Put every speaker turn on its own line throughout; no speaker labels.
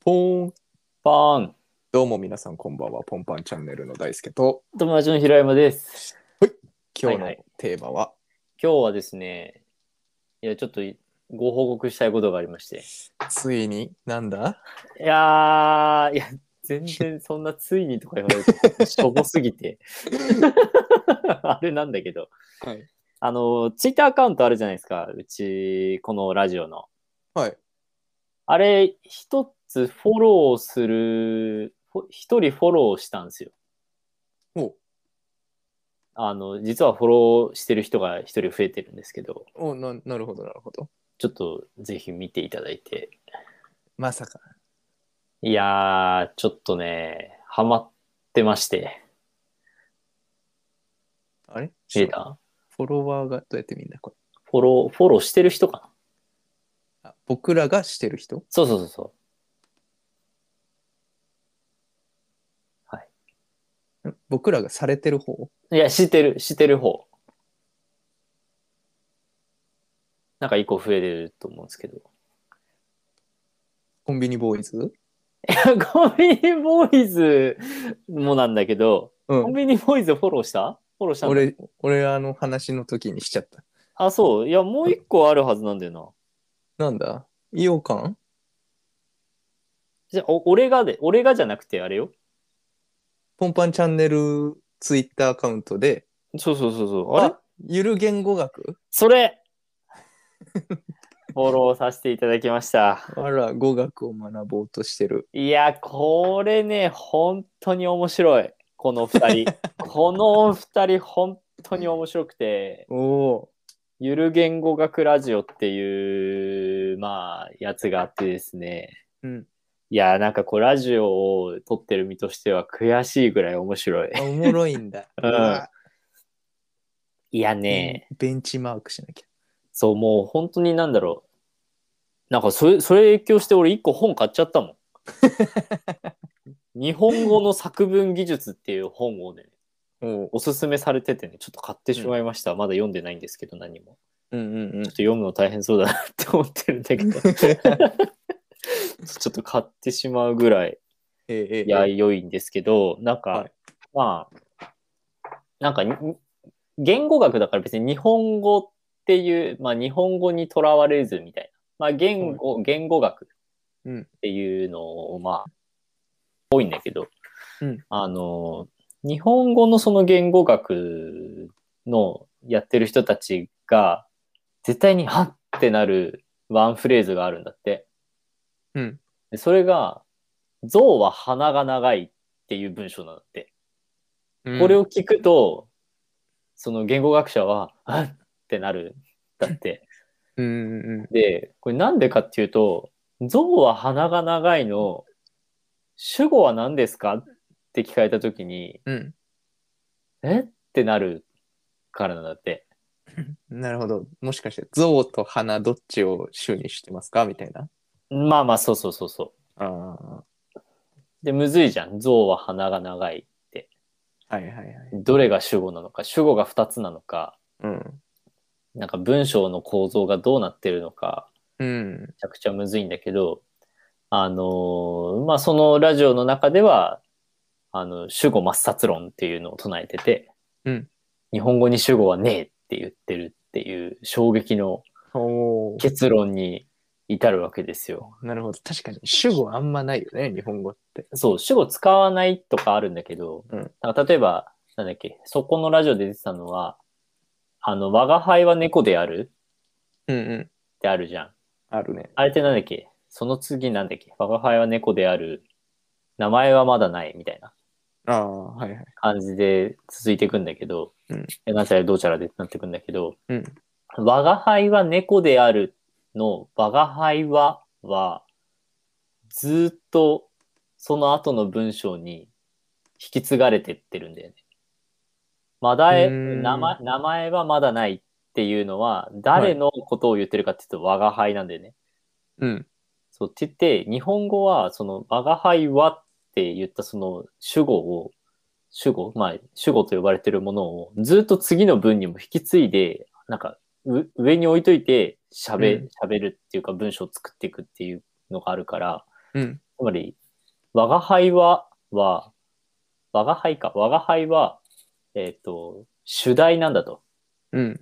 ポンパン
どうも皆さんこんばんは、ポンパンチャンネルの大輔と、
友達の平山です
今日
はいは
の
い
テーマは、
今日はですねいやちょっとご報告したいことがありまして
ついに、なんだ
いやーいや全然そんなついにとか言われてもしょぼすぎて あれなんだけど
はい。
あのツイッターアカウントあるじゃないですかうちこのラジオの
はい。
あれ一つフォローするほ一人フォローしたんですよ
お
あの実はフォローしてる人が一人増えてるんですけど
おな、なるほど、なるほど。
ちょっとぜひ見ていただいて
まさか。
いやー、ちょっとね、ハマってまして。
あれ
見えた
フォロワーがどうやってみんなこれ
フォロー、フォローしてる人かな
あ僕らがしてる人
そうそうそうそう。
ん僕らがされてる方
いや、知ってる、知ってる方。なんか一個増えてると思うんですけど。
コンビニボーイズ
コンビニボーイズもなんだけど、
う
コン。ビニボーイズフォローしたフォローしたの
俺、俺あの話の時にしちゃった。
あ、そう。いや、もう一個あるはずなんだよな。
なんだイオカン
じゃあ、お俺がで、俺がじゃなくてあれよ。
ポンパンチャンネルツイッターアカウントで、
そうそうそうそう。あれ
ゆる言語学
それフォローさせていただきました。
あら、語学を学ぼうとしてる。
いや、これね、本当に面白い。この2人。この2人、本当に面白くて、
おお。
ゆる言語学ラジオっていう、まあ、やつがあってですね。
うん。
いや、なんかこう、ラジオを撮ってる身としては悔しいぐらい面白い。
あおもろいんだ。
う ん
うわ
いやね、
ベンチマークしなきゃ。
そう、もう本当になんだろう。なんかそれ、それ影響して俺1個本買っちゃったもん。日本語の作文技術っていう本をね、
おう
おすすめされててね、ちょっと買ってしまいました。まだ読んでないんですけど、何も。
うんうんうん
ちょっと読むの大変そうだなって思ってるんだけど、ちょっと買ってしまうぐらい、
ええええ
いや、良いんですけど、なんか、
はい
まあ、なんかに、言語学だから別に日本語っていう、まあ日本語にとらわれずみたいな、まあ言語、言語学
うん
っていうのを、まあ、多いんだけど、
うん
あの、日本語のその言語学のやってる人たちが、絶対に、はっってなるワンフレーズがあるんだって。
うん
でそれが、象は鼻が長いっていう文章なんだって。
うん
これを聞くと、その言語学者は、あっってなるんだって。
うんうんうん
で、これなんでかっていうと、象は鼻が長いの、主語は何ですかって聞かれたときに、
うん
えってなるからなんだって。
なるほど。もしかして、象と花どっちを主にしてますかみたいな。
まあまあ、そうそうそうそ
ああ。
う。で、むずいじゃん。象は鼻が長い。
はいはいはい。
どれが主語なのか、主語が2つなのか、
うん。
なんか文章の構造がどうなってるのか、
うん
め。ちゃくちゃむずいんだけど、あのーまあ、そのラジオの中では、あの、主語抹殺論っていうのを唱えてて、
うん
日本語に主語はねえって言ってるっていう衝撃の
おー
結論に至るわけですよ。
なるほど。確かに、主語あんまないよね、日本語って。
そう、主語使わないとかあるんだけど、
うん
だから例えば、なんだっけ、そこのラジオで出てたのは、あの、我が輩は猫である
うんうん。
ってあるじゃん。
あるね。
あれってなんだっけその次なんだっけ我が輩は猫である。名前はまだないみたいな
ああ、はいはい。
感じで続いていくんだけど、
うん
えなんちゃらどうちゃらでってなっていくんだけど、
うん。
我が輩は猫であるの我が輩はは、ずーっとその後の文章に引き継がれてってるんだよね。まだえ
うーん
名前名前はまだないっていうのは、誰のことを言ってるかって言うと、我が輩なんだよね。
うん。
そうって言って、日本語は、その、我が輩はって言ったその主語を、主語、まあ、主語と呼ばれてるものを、ずっと次の文にも引き継いで、なんか、う上に置いといて、喋、
うん
喋るっていうか、文章を作っていくっていうのがあるから、
うん。
つまり、我が輩は、は、我が輩か、我が輩は、えっ、と、主題なんだと。
うん。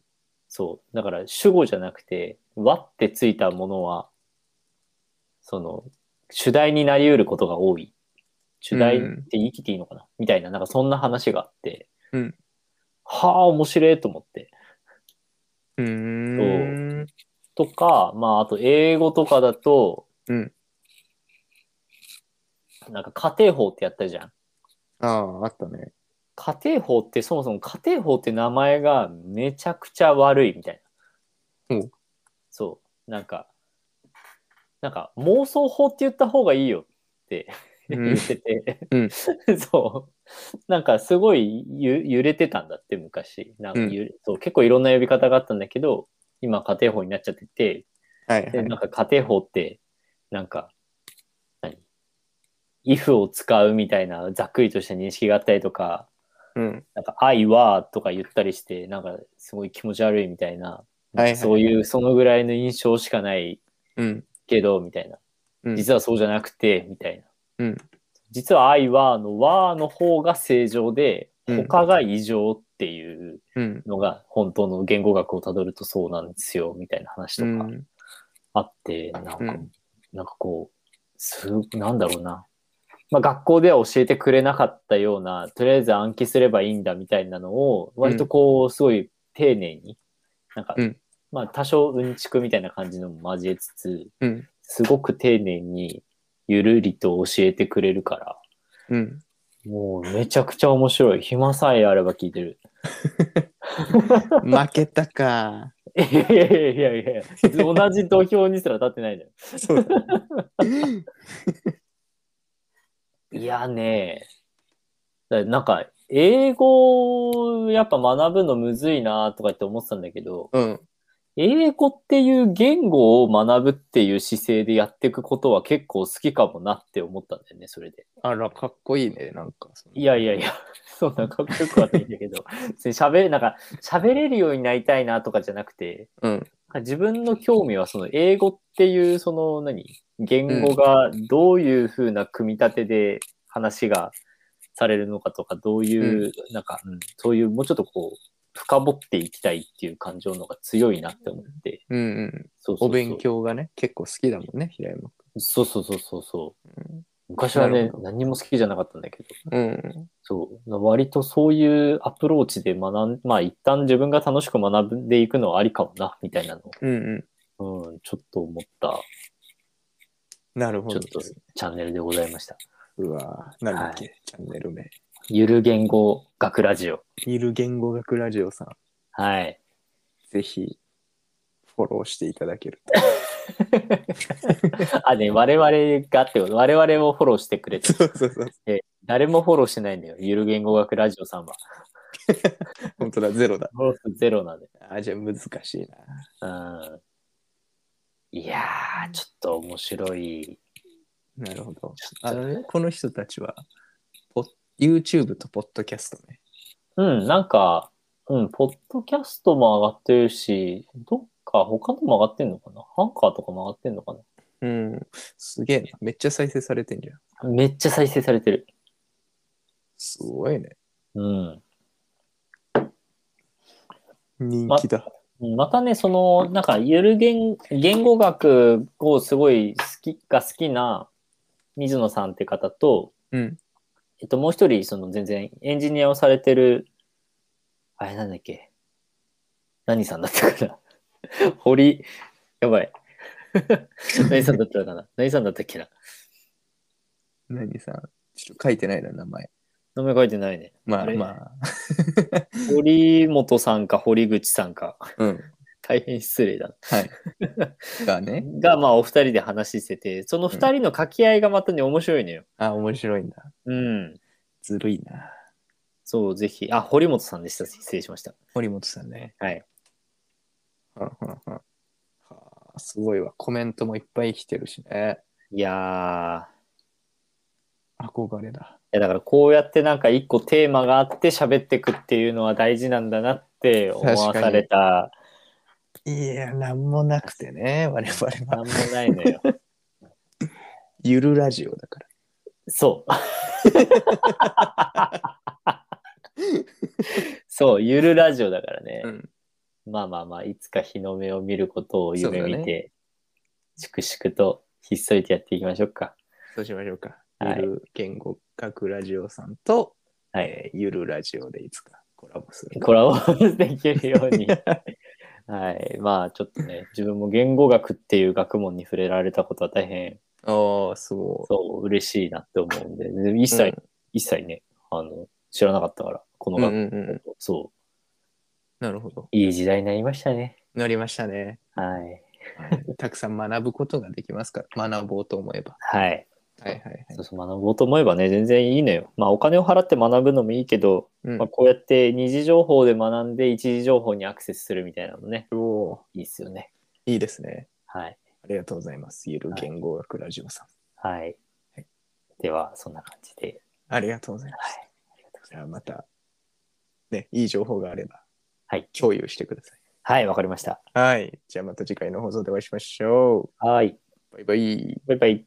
そう。だから主語じゃなくて、和ってついたものは、その、主題になり得ることが多い。主題って生きていいのかな、みたいな、なんかそんな話があって、
うん
はあ、面白いと思って。
うーん。
とか、まあ、あと英語とかだと、
うん
なんか家庭法ってやったじゃん。
ああ、あったね。
家庭法ってそもそも家庭法って名前がめちゃくちゃ悪いみたいな。
うん
そう。なんか、なんか妄想法って言った方がいいよって
う ん
言ってて、
うん
そう。なんかすごいゆ揺れてたんだって昔。なんかゆそう結構いろんな呼び方があったんだけど、今家庭法になっちゃってて、
はい、は
で、
い。
なんか家庭法って、なんか、何 ?if を使うみたいなざっくりとした認識があったりとか、
うん。
なんか愛はとか言ったりして、なんかすごい気持ち悪いみたいな、
はいはい
そういうそのぐらいの印象しかない
うん。
けど、みたいな。
うん
実はそうじゃなくて、みたいな。
うん
実は愛はの和の方が正常で、
うん
他が異常っていう
うん。
のが本当の言語学をたどるとそうなんですよ、みたいな話と
う
か。
ん。
あって、なんか、
うん
なんかこう、す、なんだろうな。まあ、学校では教えてくれなかったような、とりあえず暗記すればいいんだみたいなのを、割とこう、すごい丁寧に、なんか、
うん
まあ、多少うんちくみたいな感じのも交えつつ、
うん。
すごく丁寧に、ゆるりと教えてくれるから、
うん。
もうめちゃくちゃ面白い。暇さえあれば聞いてる。
負けたか。
いやいやいやいや、同じ土俵にすら立ってないじゃん。
そうだ。
いやね、だなんか、英語やっぱ学ぶのむずいなとかって思ってたんだけど、
うん。
英語っていう言語を学ぶっていう姿勢でやっていくことは結構好きかもなって思ったんだよね、それで。
あら、かっこいいね、なんか。
いやいやいや、そんなかっこよくはないんだけど、 別に喋れ、なんか喋れるようになりたいなとかじゃなくて、
うん。
自分の興味はその英語っていうその何言語がどういうふうな組み立てで話がされるのかとかどういう、なんか、うん、そういうもうちょっとこう深掘っていきたいっていう感情の方が強いなって思って、
うんうん。
そうそうそう
お勉強がね、結構好きだもんね、平山
そうそうそうそうそう、
うん
昔は
な
ね
るほ
何も好きじゃなかったんだけど
君。うん。
そう割とそういうアプローチで学んまあ一旦自分が楽しく学んでいくのはありかもなみたいなの
うんう
を、うん、ちょっと思った
ん。なるほ
ちょ
ど。
っとチャンネルでございました。
うわなんだっけ、チャンネル名。
ゆる言語学ラジオ。
いる言語学ラジオさん、
はい。
ぜひ、フォローしていただける
あ、ね、我々がってこと、我々をフォローしてくれ
と。
て、
そうそうそう。
誰もフォローしてないんだよ。ゆる言語学ラジオさんは。
本当だ、ゼロだ。
フォロー数ゼロなんで。
あ、じゃあ難しいな。
うん。いやー、ちょっと面白い。
なるほど
ちょっ。と
あのね、この人たちは、ポッ YouTube とポッドキャストね。
うん、なんか、うん、ポッドキャストも上がってるし、どっか他のも上がってんのかなハンカーとかも上がってんのか
うん。すげえな。めっちゃ再生されてんじゃん。
なめっちゃ再生されてる。
すごいね。
うん。
人気だ。
またね、その、なんか、ゆる言言語学をすごい好きが好きな水野さんって方と、
うん。
えっと、もう一人、その全然エンジニアをされてる、あれなんだっけ、何さんだったかな 堀、やばい。 何さんだったかな何さんだったっけな
何さん。ちょっと書いてないな、名前。
名前書いてないね。
まあ
あれ
まあ。
堀本さんか堀口さんか。
うん。
大変失礼だな。
はい。がね。
が、まあ、お二人で話してて、その二人の掛け合いがまたね、面白いのよ。
あ、面白いんだ。
うん。
ずるいな。
そう、ぜひ。あ、堀本さんでした。失礼しました。
森本さんね。
はい。
うんうんうんはあすごいわ。コメントもいっぱい来てるしね。
いやー。
憧れだ。
いやだからこうやってなんか一個テーマがあって喋ってくっていうのは大事なんだなって思わされた。
いや、なんもなくてね、我々は。
なんもないのよ。
ゆるラジオだから。
そう。そう、ゆるラジオだからね。
うん
まあまあまあ、いつか日の目を見ることを夢
そ
見
うだ
て、粛々とひっそりとやっていきましょうか。
そうしましょうか。
はい
ゆる言語学ラジオさんと、
はい。
えーゆるラジオでいつかコラボする。
コラボできるよ うに。はい。まあ、ちょっとね、自分も言語学っていう学問に触れられたことは大変、
ああ、すご
そう、嬉しいなって思うんで、で一切、
うん
一切ね、あの、知らなかったから、この
い。うんう
学
ん
問、
うん。
そう、
なるほど。
いい時代になりましたね。
なりましたね。
はい。
たくさん学ぶことができますから、学ぼうと思えば。
はい。
はいはい
そうそう、学ぼうと思えばね、全然いいのよ。まあ、お金を払って学ぶのもいいけど、ま
は
あ、
い。
こうやって二次情報で学んで、一次情報にアクセスするみたいなのもね、
うん、おー
いいっすよね。
いいですね。
はい。
ありがとうございます。ゆる言語学ラジオさん。
はい
はい。
では、そんな感じで。
ありがとうございます。
はい
じゃあまた、ね、いい情報があれば、
はい
共有してください。
はい、わかりました。
はい。じゃあまた次回の放送でお会いしましょ
はい。
う。バイバイ。
バイバイ。